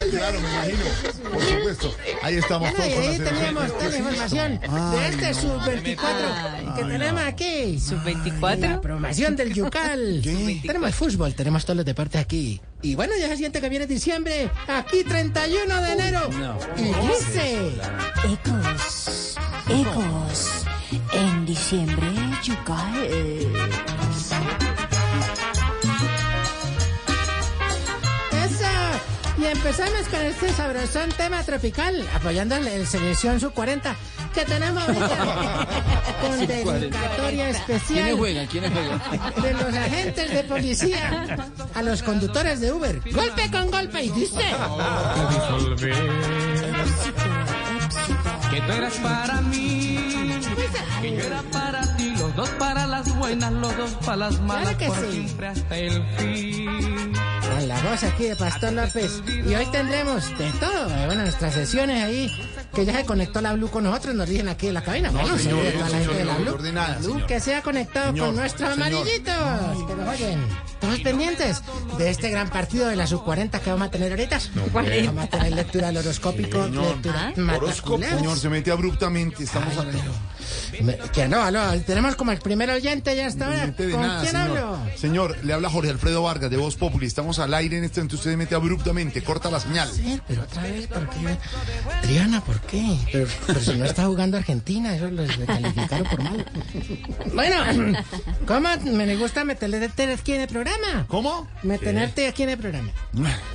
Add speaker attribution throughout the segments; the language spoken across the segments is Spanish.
Speaker 1: Claro, me imagino. Por supuesto. Ahí estamos
Speaker 2: Bueno,
Speaker 1: todos
Speaker 2: y
Speaker 1: con la
Speaker 2: ahí teníamos toda la
Speaker 1: celebración.
Speaker 2: información de este sub-24 que tenemos aquí. La
Speaker 3: ¿Sub-24?
Speaker 2: promoción del Yucal. Tenemos fútbol, tenemos todos los deportes aquí. Y bueno, ya se siente que viene diciembre. Aquí 31 de enero. Y 15.
Speaker 4: Ecos, ecos. En diciembre, Yucal.
Speaker 2: Esa. Y empezamos con este sabrosón tema tropical, apoyando la la selección sub-40 que tenemos ahorita. con dedicatoria especial.
Speaker 5: ¿Quiénes juegan?
Speaker 2: de los agentes de policía a los conductores de Uber. Golpe con golpe y dice.
Speaker 5: Que tú eras para mí, que yo era para ti, los dos para las buenas, los dos para las malas,
Speaker 2: Claro que
Speaker 5: por
Speaker 2: sí.
Speaker 5: siempre hasta el fin.
Speaker 2: Con la voz aquí de Pastor López. Y hoy tendremos de todo, eh, bueno, nuestras sesiones ahí, que ya se conectó la Blue con nosotros, nos dicen aquí de la cabina. Bueno,
Speaker 1: señor,
Speaker 2: saludos a toda la gente
Speaker 1: señor,
Speaker 2: de la Blue.
Speaker 1: ordenada,
Speaker 2: La Blue
Speaker 1: señor.
Speaker 2: que se ha conectado
Speaker 1: Señor,
Speaker 2: con nuestros
Speaker 1: señor.
Speaker 2: amarillitos, que nos oyen. Estamos pendientes de este gran partido de la sub-40 que vamos a tener ahorita. Vamos a tener lectura del horóscopico, lectura
Speaker 1: Horóscopo,
Speaker 2: mataculares.
Speaker 1: Ah, señor, se mete abruptamente. Estamos hablando.
Speaker 2: Me- Que no, aló, tenemos como el primer oyente ya hasta ahora.
Speaker 1: Gente
Speaker 2: ¿Con
Speaker 1: de nada,
Speaker 2: quién hablo?
Speaker 1: señor. Señor, le habla Jorge Alfredo Vargas de Voz Populi. Estamos al aire en este momento. Usted se mete abruptamente, corta la señal.
Speaker 2: Sí, Pero otra vez, ¿por qué? Triana, ¿por qué? Pero, pero si no está jugando Argentina, eso los calificaron por mal. Bueno, ¿cómo me gusta meterte aquí en el programa?
Speaker 1: ¿Cómo?
Speaker 2: Metenerte aquí en el programa.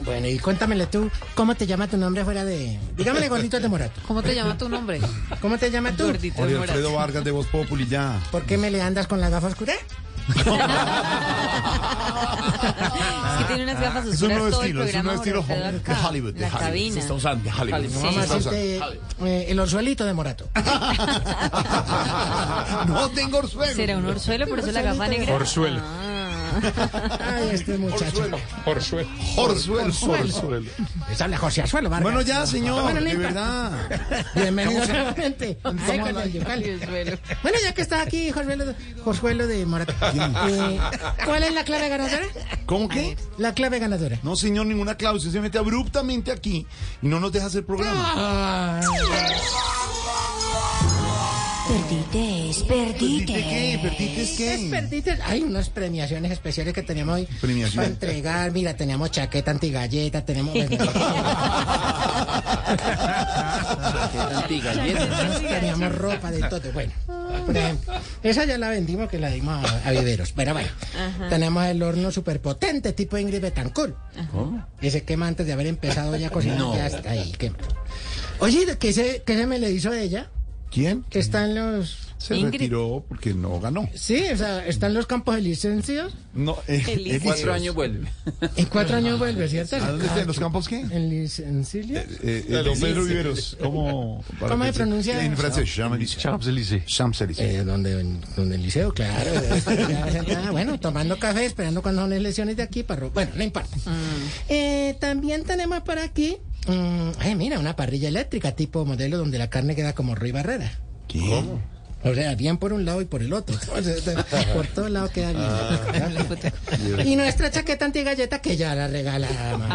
Speaker 2: Bueno, y cuéntamele tú, ¿cómo te llama tu nombre fuera de...? Dígamele gordito de Morato.
Speaker 3: ¿Cómo te llama tu nombre?
Speaker 2: ¿Cómo te llama tú?
Speaker 3: Gordito
Speaker 1: Jorge
Speaker 3: Morales.
Speaker 1: Alfredo Vargas de Voz Populi, ya.
Speaker 2: ¿Por qué me le andas con la gafa oscura?
Speaker 3: Es que tiene unas gafas
Speaker 1: Es un
Speaker 3: oscuras
Speaker 1: nuevo
Speaker 3: todo
Speaker 1: estilo,
Speaker 3: el
Speaker 1: es un
Speaker 3: programa
Speaker 1: nuevo estilo
Speaker 3: Jorge Alfredo
Speaker 1: de
Speaker 3: acá,
Speaker 1: Hollywood. De
Speaker 3: La
Speaker 1: Hollywood.
Speaker 3: cabina.
Speaker 1: Se está usando, de Hollywood.
Speaker 3: Sí.
Speaker 1: Se está
Speaker 2: Vamos a
Speaker 1: usando.
Speaker 2: decirte, eh, el orzuelito de Morato.
Speaker 1: No tengo orzuelo.
Speaker 3: ¿Será un orzuelo? ¿Por eso la gafa negra? Orzuelo. Ah.
Speaker 2: Ay, este muchacho.
Speaker 1: Orzuelo.
Speaker 2: Les habla José Azuelo Vargas.
Speaker 1: Bueno, ya, señor,
Speaker 2: Bueno,
Speaker 1: de
Speaker 2: listo.
Speaker 1: verdad.
Speaker 2: Bienvenido nuevamente. Ahí con el yucal.
Speaker 3: Orzuelo.
Speaker 2: Bueno, ya que está aquí Josuelo, Josuelo de Morata. eh, ¿Cuál es la clave ganadora?
Speaker 1: ¿Cómo que?
Speaker 2: La clave ganadora.
Speaker 1: No, señor, ninguna clave. Usted se mete abruptamente aquí y no nos deja hacer programa.
Speaker 4: Perdites,
Speaker 1: ¿Perdiste qué?
Speaker 4: perdites.
Speaker 1: ¿Perdiste
Speaker 2: ¿Qué
Speaker 1: qué?
Speaker 2: perdiste? Hay unas premiaciones especiales que teníamos hoy
Speaker 1: Premiaciones.
Speaker 2: para entregar. Mira, teníamos chaqueta antigalleta, tenemos... pues, teníamos ropa de todo. Bueno, por ejemplo, esa ya la vendimos, que la dimos a, a viveros. Pero bueno, tenemos el horno superpotente, tipo Ingrid Betancourt. Ese quema antes de haber empezado ya a cocinar, ya está ahí quema. Oye, ¿qué se, ¿qué se me le hizo de ella?
Speaker 1: ¿Quién?
Speaker 2: Que están los...
Speaker 1: Se
Speaker 3: Ingrid.
Speaker 1: retiró porque no ganó.
Speaker 2: Sí, o sea, están los campos de licencios.
Speaker 1: No, eh,
Speaker 3: Feliz.
Speaker 1: eh,
Speaker 5: Cuatro
Speaker 1: eh,
Speaker 5: años vuelve.
Speaker 2: En cuatro años vuelve, ¿cierto?
Speaker 1: ¿A dónde está? ¿En los campos qué?
Speaker 2: ¿En licencios?
Speaker 1: Eh, eh, don Pedro Viveros, ¿cómo, para
Speaker 2: ¿Cómo
Speaker 1: que
Speaker 2: se pronuncia?
Speaker 1: En francés, Champs-Élysées. Champs-Élysées.
Speaker 2: Eh, donde, donde el liceo, claro. Ah, bueno, tomando café, esperando cuando son las lesiones de aquí para ro- Bueno, no importa. Eh, también tenemos por aquí, mm, ay, mira, una parrilla eléctrica tipo modelo donde la carne queda como Rui Barrera.
Speaker 1: ¿Quién?
Speaker 2: O sea, bien por un lado y por el otro. O sea, por todos lados queda bien. y nuestra chaqueta antigalleta que ya la regalamos.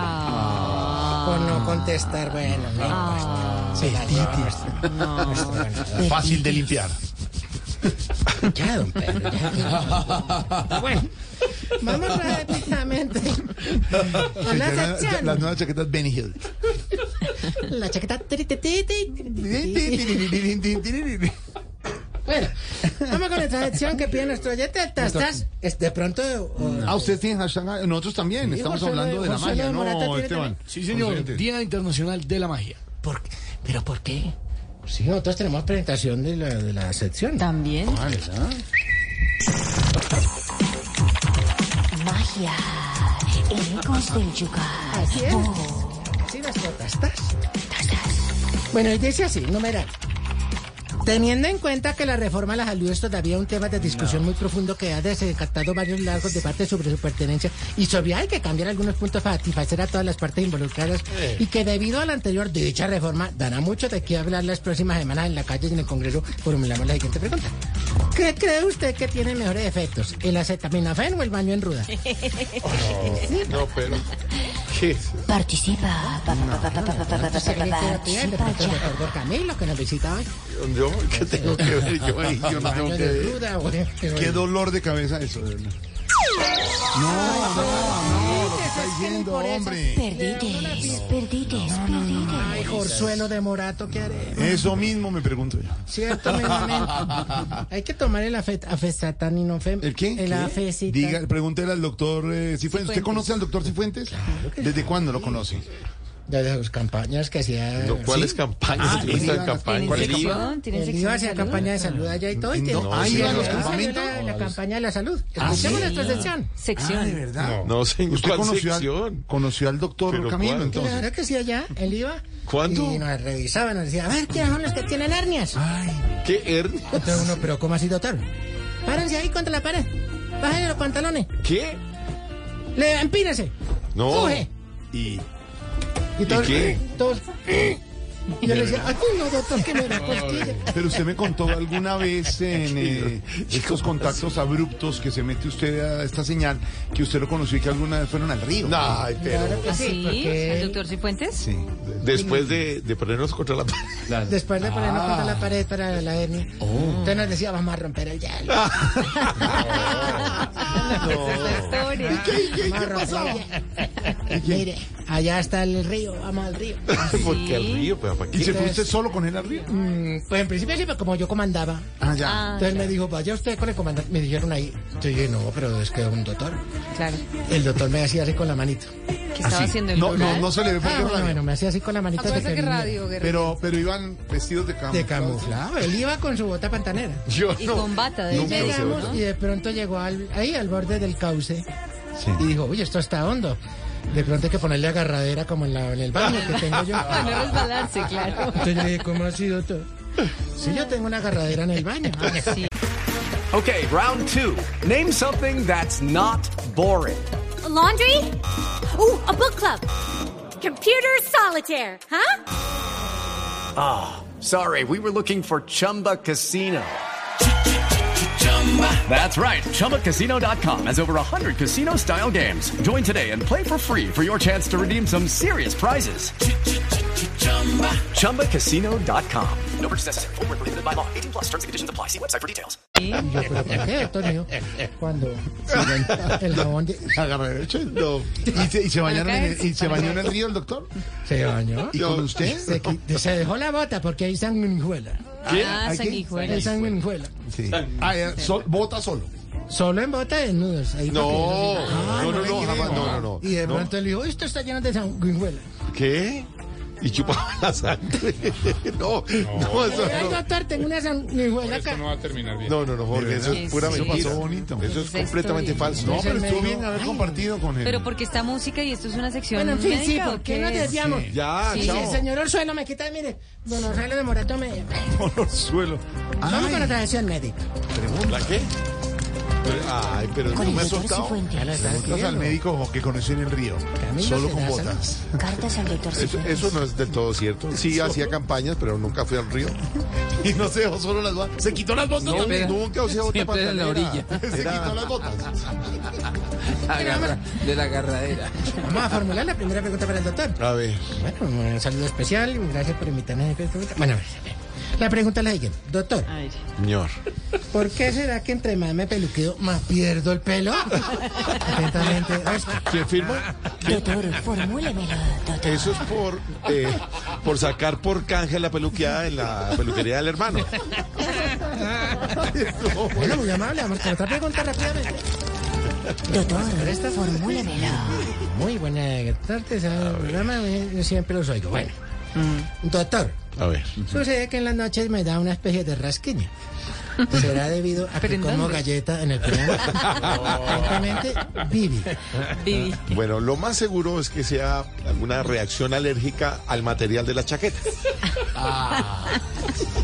Speaker 2: Por no contestar, bueno, no importa. Se la llevamos.
Speaker 1: Fácil de limpiar.
Speaker 2: Ya, don Pedro, ya. Bueno, vamos rápidamente
Speaker 1: Se llama-
Speaker 2: a la
Speaker 1: Las
Speaker 2: sección.
Speaker 1: nuevas chaquetas Benny Hill.
Speaker 2: La chaqueta. tiri, tiri, tiri, tiri, tiri.
Speaker 1: Pero
Speaker 2: Bueno, vamos con la sección que pide nuestro oyente. ¿Estás es de pronto? o-
Speaker 1: Ah, ustedes tienen hashtag. Nosotros también.
Speaker 2: Sí,
Speaker 1: Estamos
Speaker 2: José
Speaker 1: hablando
Speaker 2: Luis-
Speaker 1: de la
Speaker 2: José
Speaker 1: magia.
Speaker 2: Luis Morata
Speaker 1: No,
Speaker 2: tiene
Speaker 1: Esteban.
Speaker 6: Sí, señor. Día Internacional de la Magia.
Speaker 2: ¿Por qué? ¿Pero por qué? Sí, nosotros tenemos presentación de la, de la sección.
Speaker 3: También.
Speaker 1: ¿ah?
Speaker 4: Magia. En ecos del Yucal.
Speaker 2: Así es.
Speaker 4: Por
Speaker 2: máximas protestas. Bueno, y dice así, numeral. Teniendo en cuenta que la reforma a la salud es todavía un tema de discusión muy profundo que ha descartado varios largos debates sobre su pertenencia y sobre hay que cambiar algunos puntos para satisfacer a todas las partes involucradas y que debido a la anterior dicha reforma dará mucho de qué hablar las próximas semanas en la calle y en el Congreso, formulamos la siguiente pregunta. ¿Qué cree usted que tiene mejores efectos, el acetaminofén o el baño en ruda?
Speaker 7: No, pero. ¿Qué es?
Speaker 4: Participa. Pa- pa- pa- pa- pa- pa- pa- pa-
Speaker 2: Entonces, ¿qué
Speaker 4: pa-
Speaker 2: quiere
Speaker 4: participa
Speaker 2: tirar? De pronto el
Speaker 4: ya.
Speaker 2: doctor Camilo que nos visita hoy.
Speaker 7: ¿Yo? ¿Qué tengo que ver? Yo ahí, yo no tengo
Speaker 2: Baño
Speaker 7: que
Speaker 2: de
Speaker 7: ver.
Speaker 2: ruda, güey.
Speaker 1: Qué dolor de cabeza eso, de verdad. No, no, no, lo que está diciendo, hombre.
Speaker 4: Perdites, perdites,
Speaker 2: Ay,
Speaker 4: perdites.
Speaker 2: Jorzuelo de Morato, ¿qué haré?
Speaker 1: Eso mismo me pregunto yo.
Speaker 2: Cierto, mi mamá. Hay que tomar el afet, afesataminofén.
Speaker 1: ¿El qué?
Speaker 2: El
Speaker 1: ¿Qué?
Speaker 2: afecita.
Speaker 1: Diga, pregúntele al doctor eh, Cifuentes. ¿Usted conoce al doctor Cifuentes? ¿Desde cuándo lo conoce?
Speaker 2: De sus campañas que hacía.
Speaker 7: ¿Cuáles campañas? ¿Te gustan campañas?
Speaker 1: ¿Cuál es
Speaker 3: ¿Tienen
Speaker 1: campaña?
Speaker 3: sección? ¿Tienen
Speaker 2: Él iba
Speaker 3: sección de
Speaker 2: hacia
Speaker 3: salud?
Speaker 2: campaña de salud allá y todo. Y que,
Speaker 1: No,
Speaker 2: Sí,
Speaker 1: ah,
Speaker 2: señora,
Speaker 1: iba a los
Speaker 2: esa
Speaker 1: campamentos.
Speaker 2: era La campaña de la salud.
Speaker 1: Ah,
Speaker 2: Escuchemos
Speaker 1: ¿sí?
Speaker 2: nuestra sección.
Speaker 1: Ah, de
Speaker 3: Sección.
Speaker 1: verdad.
Speaker 7: No, señor,
Speaker 1: ¿Usted
Speaker 7: ¿cuál
Speaker 1: conoció al,
Speaker 7: sección?
Speaker 1: conoció al doctor
Speaker 7: ¿Pero
Speaker 1: Camilo
Speaker 7: cuál?
Speaker 1: entonces?
Speaker 2: Claro que sí, allá. Él iba.
Speaker 7: ¿Cuándo?
Speaker 2: Y nos revisaba, nos decía, a ver, ¿quiénes son los que tienen hernias?
Speaker 1: Ah.
Speaker 7: ¿Qué er, hernia?
Speaker 2: Entonces uno, pero ¿cómo así, doctor? Párense ahí contra la pared. Bájenle los pantalones.
Speaker 7: ¿Qué?
Speaker 2: Le, empínese.
Speaker 7: No.
Speaker 2: Coge.
Speaker 7: ¿Y
Speaker 2: Y todos, eh,
Speaker 7: qué?
Speaker 2: todos- y yo le decía, ay, no, doctor, que me da cosquilla.
Speaker 1: Pero usted me contó alguna vez en eh, estos contactos abruptos que se mete usted a esta señal que usted lo conoció y que alguna vez fueron al río.
Speaker 7: No, ay, pero
Speaker 2: Claro que sí,
Speaker 3: ¿Así?
Speaker 2: porque
Speaker 3: ¿El doctor Cifuentes?
Speaker 1: Sí.
Speaker 7: después de, de ponernos contra la pared.
Speaker 2: después de ponernos contra
Speaker 1: Ah.
Speaker 2: la pared para la hernia,
Speaker 1: Oh.
Speaker 2: entonces nos decía, vamos a romper el hielo.
Speaker 3: Esa historia.
Speaker 2: Vamos a romper el hielo. Mire, allá está el río, vamos al río.
Speaker 7: Porque al río, pero ¿para
Speaker 1: ¿Y se
Speaker 7: qué?
Speaker 1: fue usted solo con él al río?
Speaker 2: Pues en principio sí, pero como yo comandaba,
Speaker 1: Ah, ya.
Speaker 2: entonces me dijo, vaya usted con el comandante. Me dijeron ahí, yo dije, no, pero es que un doctor.
Speaker 3: Claro.
Speaker 2: El doctor me hacía así con la manito.
Speaker 3: ¿Qué
Speaker 1: Ah,
Speaker 3: estaba haciendo el
Speaker 1: No, no,
Speaker 3: rural?
Speaker 1: no se le ve por
Speaker 2: Ah,
Speaker 1: qué
Speaker 2: bueno,
Speaker 1: radio.
Speaker 2: bueno, me hacía así con la manito.
Speaker 3: Acuérdate
Speaker 2: de
Speaker 3: que
Speaker 2: que-
Speaker 3: radio, Guerrero.
Speaker 1: Pero, pero iban vestidos de camuflaje.
Speaker 2: De camuflado. Él iba con su bota pantanera.
Speaker 7: Yo
Speaker 3: Y
Speaker 7: no.
Speaker 3: con bata de
Speaker 7: Nunca usé
Speaker 2: Llegamos
Speaker 7: bata.
Speaker 2: y de pronto llegó al- ahí al borde del cauce y dijo, uy, esto está hondo. De pronto hay que ponerle agarradera como en, la- en el baño que tengo yo.
Speaker 3: Para no resbalarse, claro.
Speaker 2: Entonces yo dije, ¿cómo ha sido todo? Sí, yo tengo una agarradera en el baño.
Speaker 3: Ah,
Speaker 8: Okay, round two. Name something that's not boring.
Speaker 9: A laundry? Ooh, a book club. Computer solitaire, huh?
Speaker 8: Sorry, we were looking for Chumba Casino. That's right. ChumbaCasino.com has over 100 casino style games. Join today and play for free for your chance to redeem some serious prizes. ChumbaCasino.com. No purchase necessary. Void where prohibited by law. 18 plus terms and conditions apply. See website for details.
Speaker 2: Y yo, pero ¿por qué, Antonio? Cuando el jabón de-
Speaker 1: Agarra derecho. No. ¿Y se, y se bañaron en el, y se bañó en el río el doctor?
Speaker 2: se bañó.
Speaker 1: ¿Y con usted?
Speaker 2: Se, qui- se dejó la bota porque hay sanguijuela.
Speaker 3: Ah, sanguijuela.
Speaker 2: Hay sanguijuela.
Speaker 1: Sí. Ah, ya, sol- bota solo.
Speaker 2: Solo en bota de desnudos. ahí
Speaker 7: No,
Speaker 2: porque- Ah,
Speaker 7: no, no,
Speaker 1: le
Speaker 7: no,
Speaker 1: creo.
Speaker 7: jamás, no, no, no.
Speaker 2: Y de
Speaker 7: No.
Speaker 2: pronto él dijo, esto está lleno de sanguijuela.
Speaker 7: ¿Qué? Y chupaba la sangre. No, no, eso
Speaker 2: Ay,
Speaker 7: no.
Speaker 2: doctor, tengo una sanguijuela acá.
Speaker 10: no va a terminar bien.
Speaker 7: No, no, no, Jorge, eso es pura
Speaker 3: Sí.
Speaker 7: mentira.
Speaker 1: Eso pasó bonito.
Speaker 7: Eso es
Speaker 3: Esa
Speaker 7: completamente
Speaker 3: historia.
Speaker 7: falso.
Speaker 1: No,
Speaker 7: No,
Speaker 1: pero estuvo bien
Speaker 2: medio-
Speaker 1: haber
Speaker 2: Ay.
Speaker 1: compartido con él.
Speaker 3: Pero porque está música y esto es una sección
Speaker 2: Bueno, en fin, sí,
Speaker 3: médica, ¿o
Speaker 2: ¿por qué
Speaker 3: qué
Speaker 2: nos
Speaker 3: es?
Speaker 2: desviamos?
Speaker 7: ya,
Speaker 2: Sí,
Speaker 7: chao.
Speaker 2: el señor Orzuelo me quita, mire, don Orzuelo de Morato me...
Speaker 1: por el suelo.
Speaker 2: Vamos con
Speaker 1: Ay,
Speaker 2: otra sesión médica.
Speaker 7: ¿La qué? Ay, pero
Speaker 4: Con
Speaker 7: no
Speaker 4: el
Speaker 7: me ha
Speaker 4: doctor
Speaker 7: asustado.
Speaker 4: Cifuentes.
Speaker 1: preguntas al médico que conoció en el río.
Speaker 2: Camilo
Speaker 1: Solo con
Speaker 2: Sedaza.
Speaker 1: botas.
Speaker 4: Cartas al doctor
Speaker 7: Eso,
Speaker 4: Cifuentes.
Speaker 7: eso no es del todo cierto. Sí, hacía campañas, pero nunca fui al río.
Speaker 1: Y no se dejó solo las botas. Se quitó las botas.
Speaker 7: No,
Speaker 1: también.
Speaker 7: nunca usé bota
Speaker 5: Siempre en la
Speaker 7: pantalera. Se quitó las botas.
Speaker 5: Agarra- de la agarradera.
Speaker 2: Vamos a formular la primera pregunta para el doctor.
Speaker 7: A ver,
Speaker 2: Bueno, un saludo especial, gracias por invitarme a esta pregunta. Bueno, a ver, a ver. la pregunta es la siguiente. Doctor,
Speaker 3: Ay,
Speaker 7: señor.
Speaker 2: ¿por qué será que entre más me peluqueo, más pierdo el pelo? Atentamente, Oscar.
Speaker 7: ¿Quién firma?
Speaker 4: Doctor, formúlemelo, doctor.
Speaker 7: Eso es por, eh, por sacar por canje la peluqueada en la peluquería del hermano.
Speaker 2: Bueno, muy amable, vamos con otra pregunta rápidamente.
Speaker 4: Doctor, formúlemelo.
Speaker 2: Muy buenas tardes al programa, eh, yo siempre los oigo. Bueno, doctor,
Speaker 7: A ver.
Speaker 2: sucede que en las noches me da una especie de rasquiña. será debido a que como galleta en el piano. Francamente, Vivi.
Speaker 3: Viviste.
Speaker 7: Bueno, lo más seguro es que sea alguna reacción alérgica al material de la chaqueta.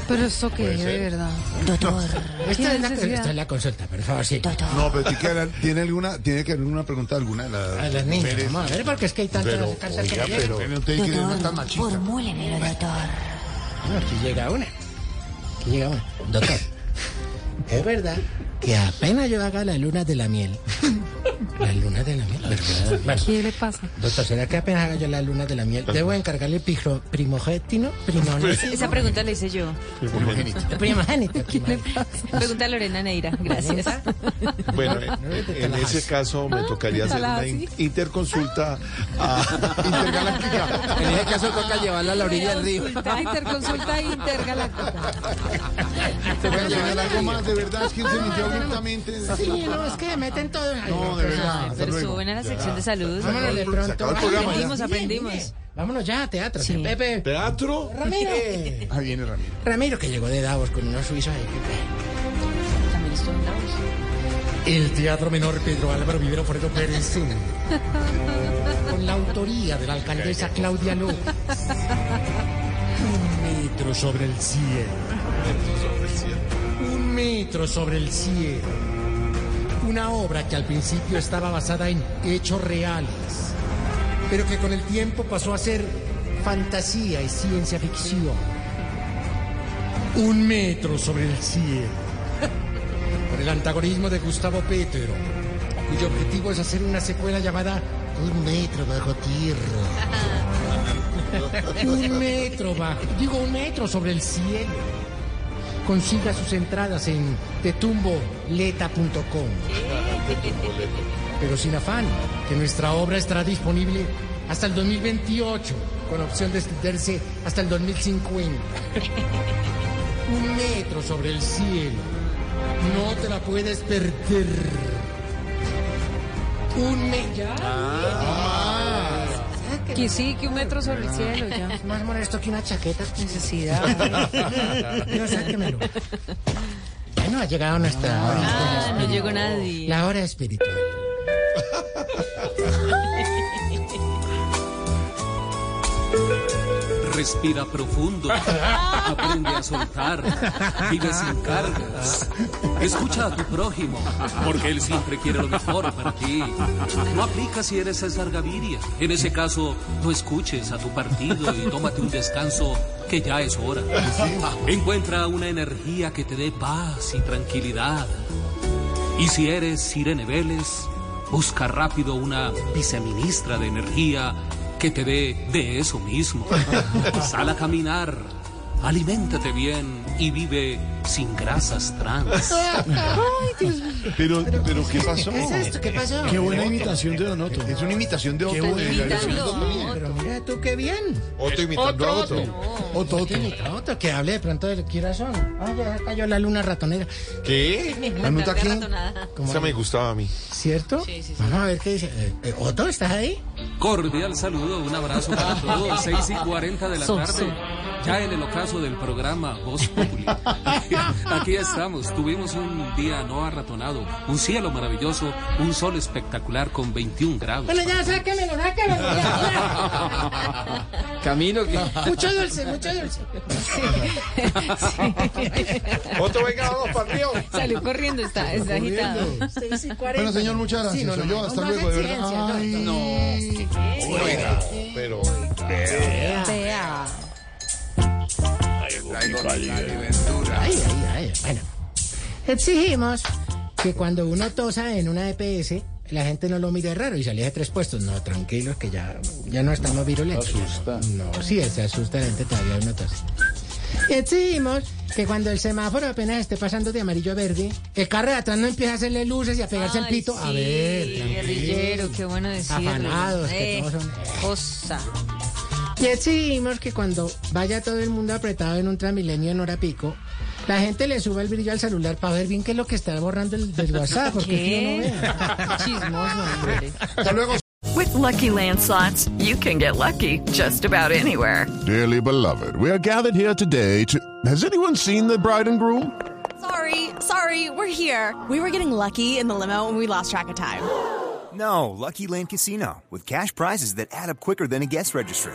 Speaker 3: Pero eso que es, de verdad.
Speaker 4: Doctor,
Speaker 2: Esta es, la,
Speaker 3: necesidad.
Speaker 2: esta es la consulta, por favor, sí.
Speaker 4: doctor.
Speaker 1: No, pero tiene que haber, tiene alguna, tiene que haber una pregunta de alguna de las,
Speaker 2: A las niñas,
Speaker 1: mujeres.
Speaker 2: vamos a ver, porque es que hay tantas
Speaker 7: Pero,
Speaker 2: cáncer que
Speaker 7: oiga,
Speaker 2: me llegan.
Speaker 7: pero-
Speaker 1: Pero no tiene que ser tan
Speaker 4: Doctor,
Speaker 1: machista.
Speaker 4: formúlemelo, doctor.
Speaker 2: Bueno, aquí llega una. Aquí llega una. Doctor, es verdad que apenas yo haga las lunas de la miel. Las lunas de la miel, ¿verdad? Bueno,
Speaker 3: ¿Qué le pasa?
Speaker 2: doctor, ¿será que apenas haga yo las lunas de la miel? ¿Debo encargarle pigro, primogetino?
Speaker 3: Esa
Speaker 2: Primogenito.
Speaker 3: pregunta la hice yo.
Speaker 2: Primogénito.
Speaker 3: Pregunta a Lorena Neira. Gracias.
Speaker 7: Bueno, en, en ese caso me tocaría hacer una in- interconsulta a intergaláctica.
Speaker 2: En ese caso toca llevarla a la orilla del río.
Speaker 3: Consulta, interconsulta intergaláctica.
Speaker 1: Te voy a llevar algo más, de verdad, es que se metió abruptamente.
Speaker 2: Sí, no, es que meten todo. Ay,
Speaker 1: No, de verdad. hasta
Speaker 3: Pero
Speaker 1: luego.
Speaker 3: suben a la sección de salud.
Speaker 2: Vámonos de
Speaker 7: Se
Speaker 2: pronto.
Speaker 7: acabó el programa ya.
Speaker 3: Aprendimos, aprendimos.
Speaker 2: Bien, bien. Vámonos ya a teatro.
Speaker 3: Sí.
Speaker 2: Pepe.
Speaker 7: Teatro.
Speaker 2: Ramiro.
Speaker 1: Ahí viene Ramiro.
Speaker 2: Ramiro que llegó de Davos con unos suizos ahí.
Speaker 3: También estuvo en Davos.
Speaker 2: El Teatro Menor Pedro Álvaro Vivero Forero Pérez Sin. Con la autoría de la alcaldesa Claudia López. Un metro sobre el cielo. Un metro sobre el cielo. Una obra que al principio estaba basada en hechos reales, pero que con el tiempo pasó a ser fantasía y ciencia ficción. Un metro sobre el cielo. Por el antagonismo de Gustavo Petro, cuyo objetivo es hacer una secuela llamada Un metro bajo tierra. un metro bajo, digo un metro sobre el cielo. Consiga sus entradas en tetumboleta.com. Pero sin afán, que nuestra obra estará disponible hasta el 2028, con opción de extenderse hasta el 2050. un metro sobre el cielo. No te la puedes perder. Un mes ya.
Speaker 3: Que sí, que un metro sobre el cielo ya.
Speaker 2: Es más molesto que una chaqueta.
Speaker 3: Necesidad.
Speaker 2: No, sáquemelo. Bueno, ha llegado nuestra hora.
Speaker 3: Ah, no llegó nadie.
Speaker 2: La hora espiritual.
Speaker 5: Respira profundo, aprende a soltar, vive sin cargas, escucha a tu prójimo, porque él siempre quiere lo mejor para ti. No aplica si eres César Gaviria, en ese caso no escuches a tu partido y tómate un descanso que ya es hora. Encuentra una energía que te dé paz y tranquilidad. Y si eres Sirene Vélez, busca rápido una viceministra de energía que te dé de eso mismo. Sal a caminar, aliméntate bien y vive sin grasas trans.
Speaker 7: Pero, pero ¿qué pasó?
Speaker 2: ¿Qué es esto? ¿Qué pasó?
Speaker 6: Qué buena imitación de Donoto.
Speaker 1: Es una imitación de Otto. de la versión de Otto.
Speaker 2: Pero mira tú qué bien.
Speaker 7: Otro imitando a otro.
Speaker 2: Otro, otro. Otro que hable de pronto de qué hora son. Ah, ya cayó la luna ratonera.
Speaker 7: ¿Qué?
Speaker 1: ¿Anota aquí?
Speaker 2: Como-
Speaker 7: Esa me gustaba a mí.
Speaker 2: ¿Cierto? Vamos a ver qué dice. Eh, eh, Otto, ¿estás ahí?
Speaker 5: Cordial saludo, un abrazo para todos. 6 y 40 de la tarde. Ya en el ocaso del programa Voz Populi. Aquí estamos. Tuvimos un día no arratonado, un cielo maravilloso, un sol espectacular con 21 grados.
Speaker 2: Bueno, ya sáquemelo, sáquemelo. ya,
Speaker 6: Camino que.
Speaker 2: ya. Mucho dulce, mucho dulce.
Speaker 7: Otro venga, vamos para arriba.
Speaker 3: Salió corriendo, está, está agitado.
Speaker 2: Seis y cuarenta.
Speaker 1: Bueno, señor, muchas gracias.
Speaker 2: Sí, no, no,
Speaker 1: Soy yo,
Speaker 2: no,
Speaker 1: hasta
Speaker 2: no
Speaker 1: luego, de
Speaker 2: hagan
Speaker 1: verdad.
Speaker 2: ciencia,
Speaker 1: Ay,
Speaker 2: no,
Speaker 7: Oiga, pero.
Speaker 2: Ah,
Speaker 3: Vea.
Speaker 2: Ay, ay, ay. Bueno, exigimos que cuando uno tosa en una EPS, la gente no lo mire raro y se aleje tres puestos. No, tranquilos, que ya, ya no estamos virulentos. Asusta. No, sí, se asusta la gente todavía uno tosa. Exigimos que cuando el semáforo apenas esté pasando de amarillo a verde, el carro de atrás no empiece a hacerle luces y a pegarse el
Speaker 3: Ay,
Speaker 2: pito. a
Speaker 3: sí,
Speaker 2: ver,
Speaker 3: guerrillero, qué bueno decirlo. Eh,
Speaker 2: Afanados, que todos son-
Speaker 3: Cosa.
Speaker 2: Y exigimos que cuando vaya todo el mundo apretado en un Transmilenio en hora pico, la gente le suba el brillo al celular para ver bien qué es lo que está borrando el, del WhatsApp. Porque
Speaker 3: ¿Qué?
Speaker 2: es que uno ve.
Speaker 3: Chismoso, hombre.
Speaker 1: Hasta luego.
Speaker 10: With Lucky Land slots, you can get lucky just about anywhere.
Speaker 11: Dearly beloved, we are gathered here today to. Has anyone seen the bride and groom?
Speaker 9: Sorry, sorry, we're here. We were getting lucky in the limo and we lost track of time.
Speaker 7: No, Lucky Land Casino, with cash prizes that add up quicker than a guest registry.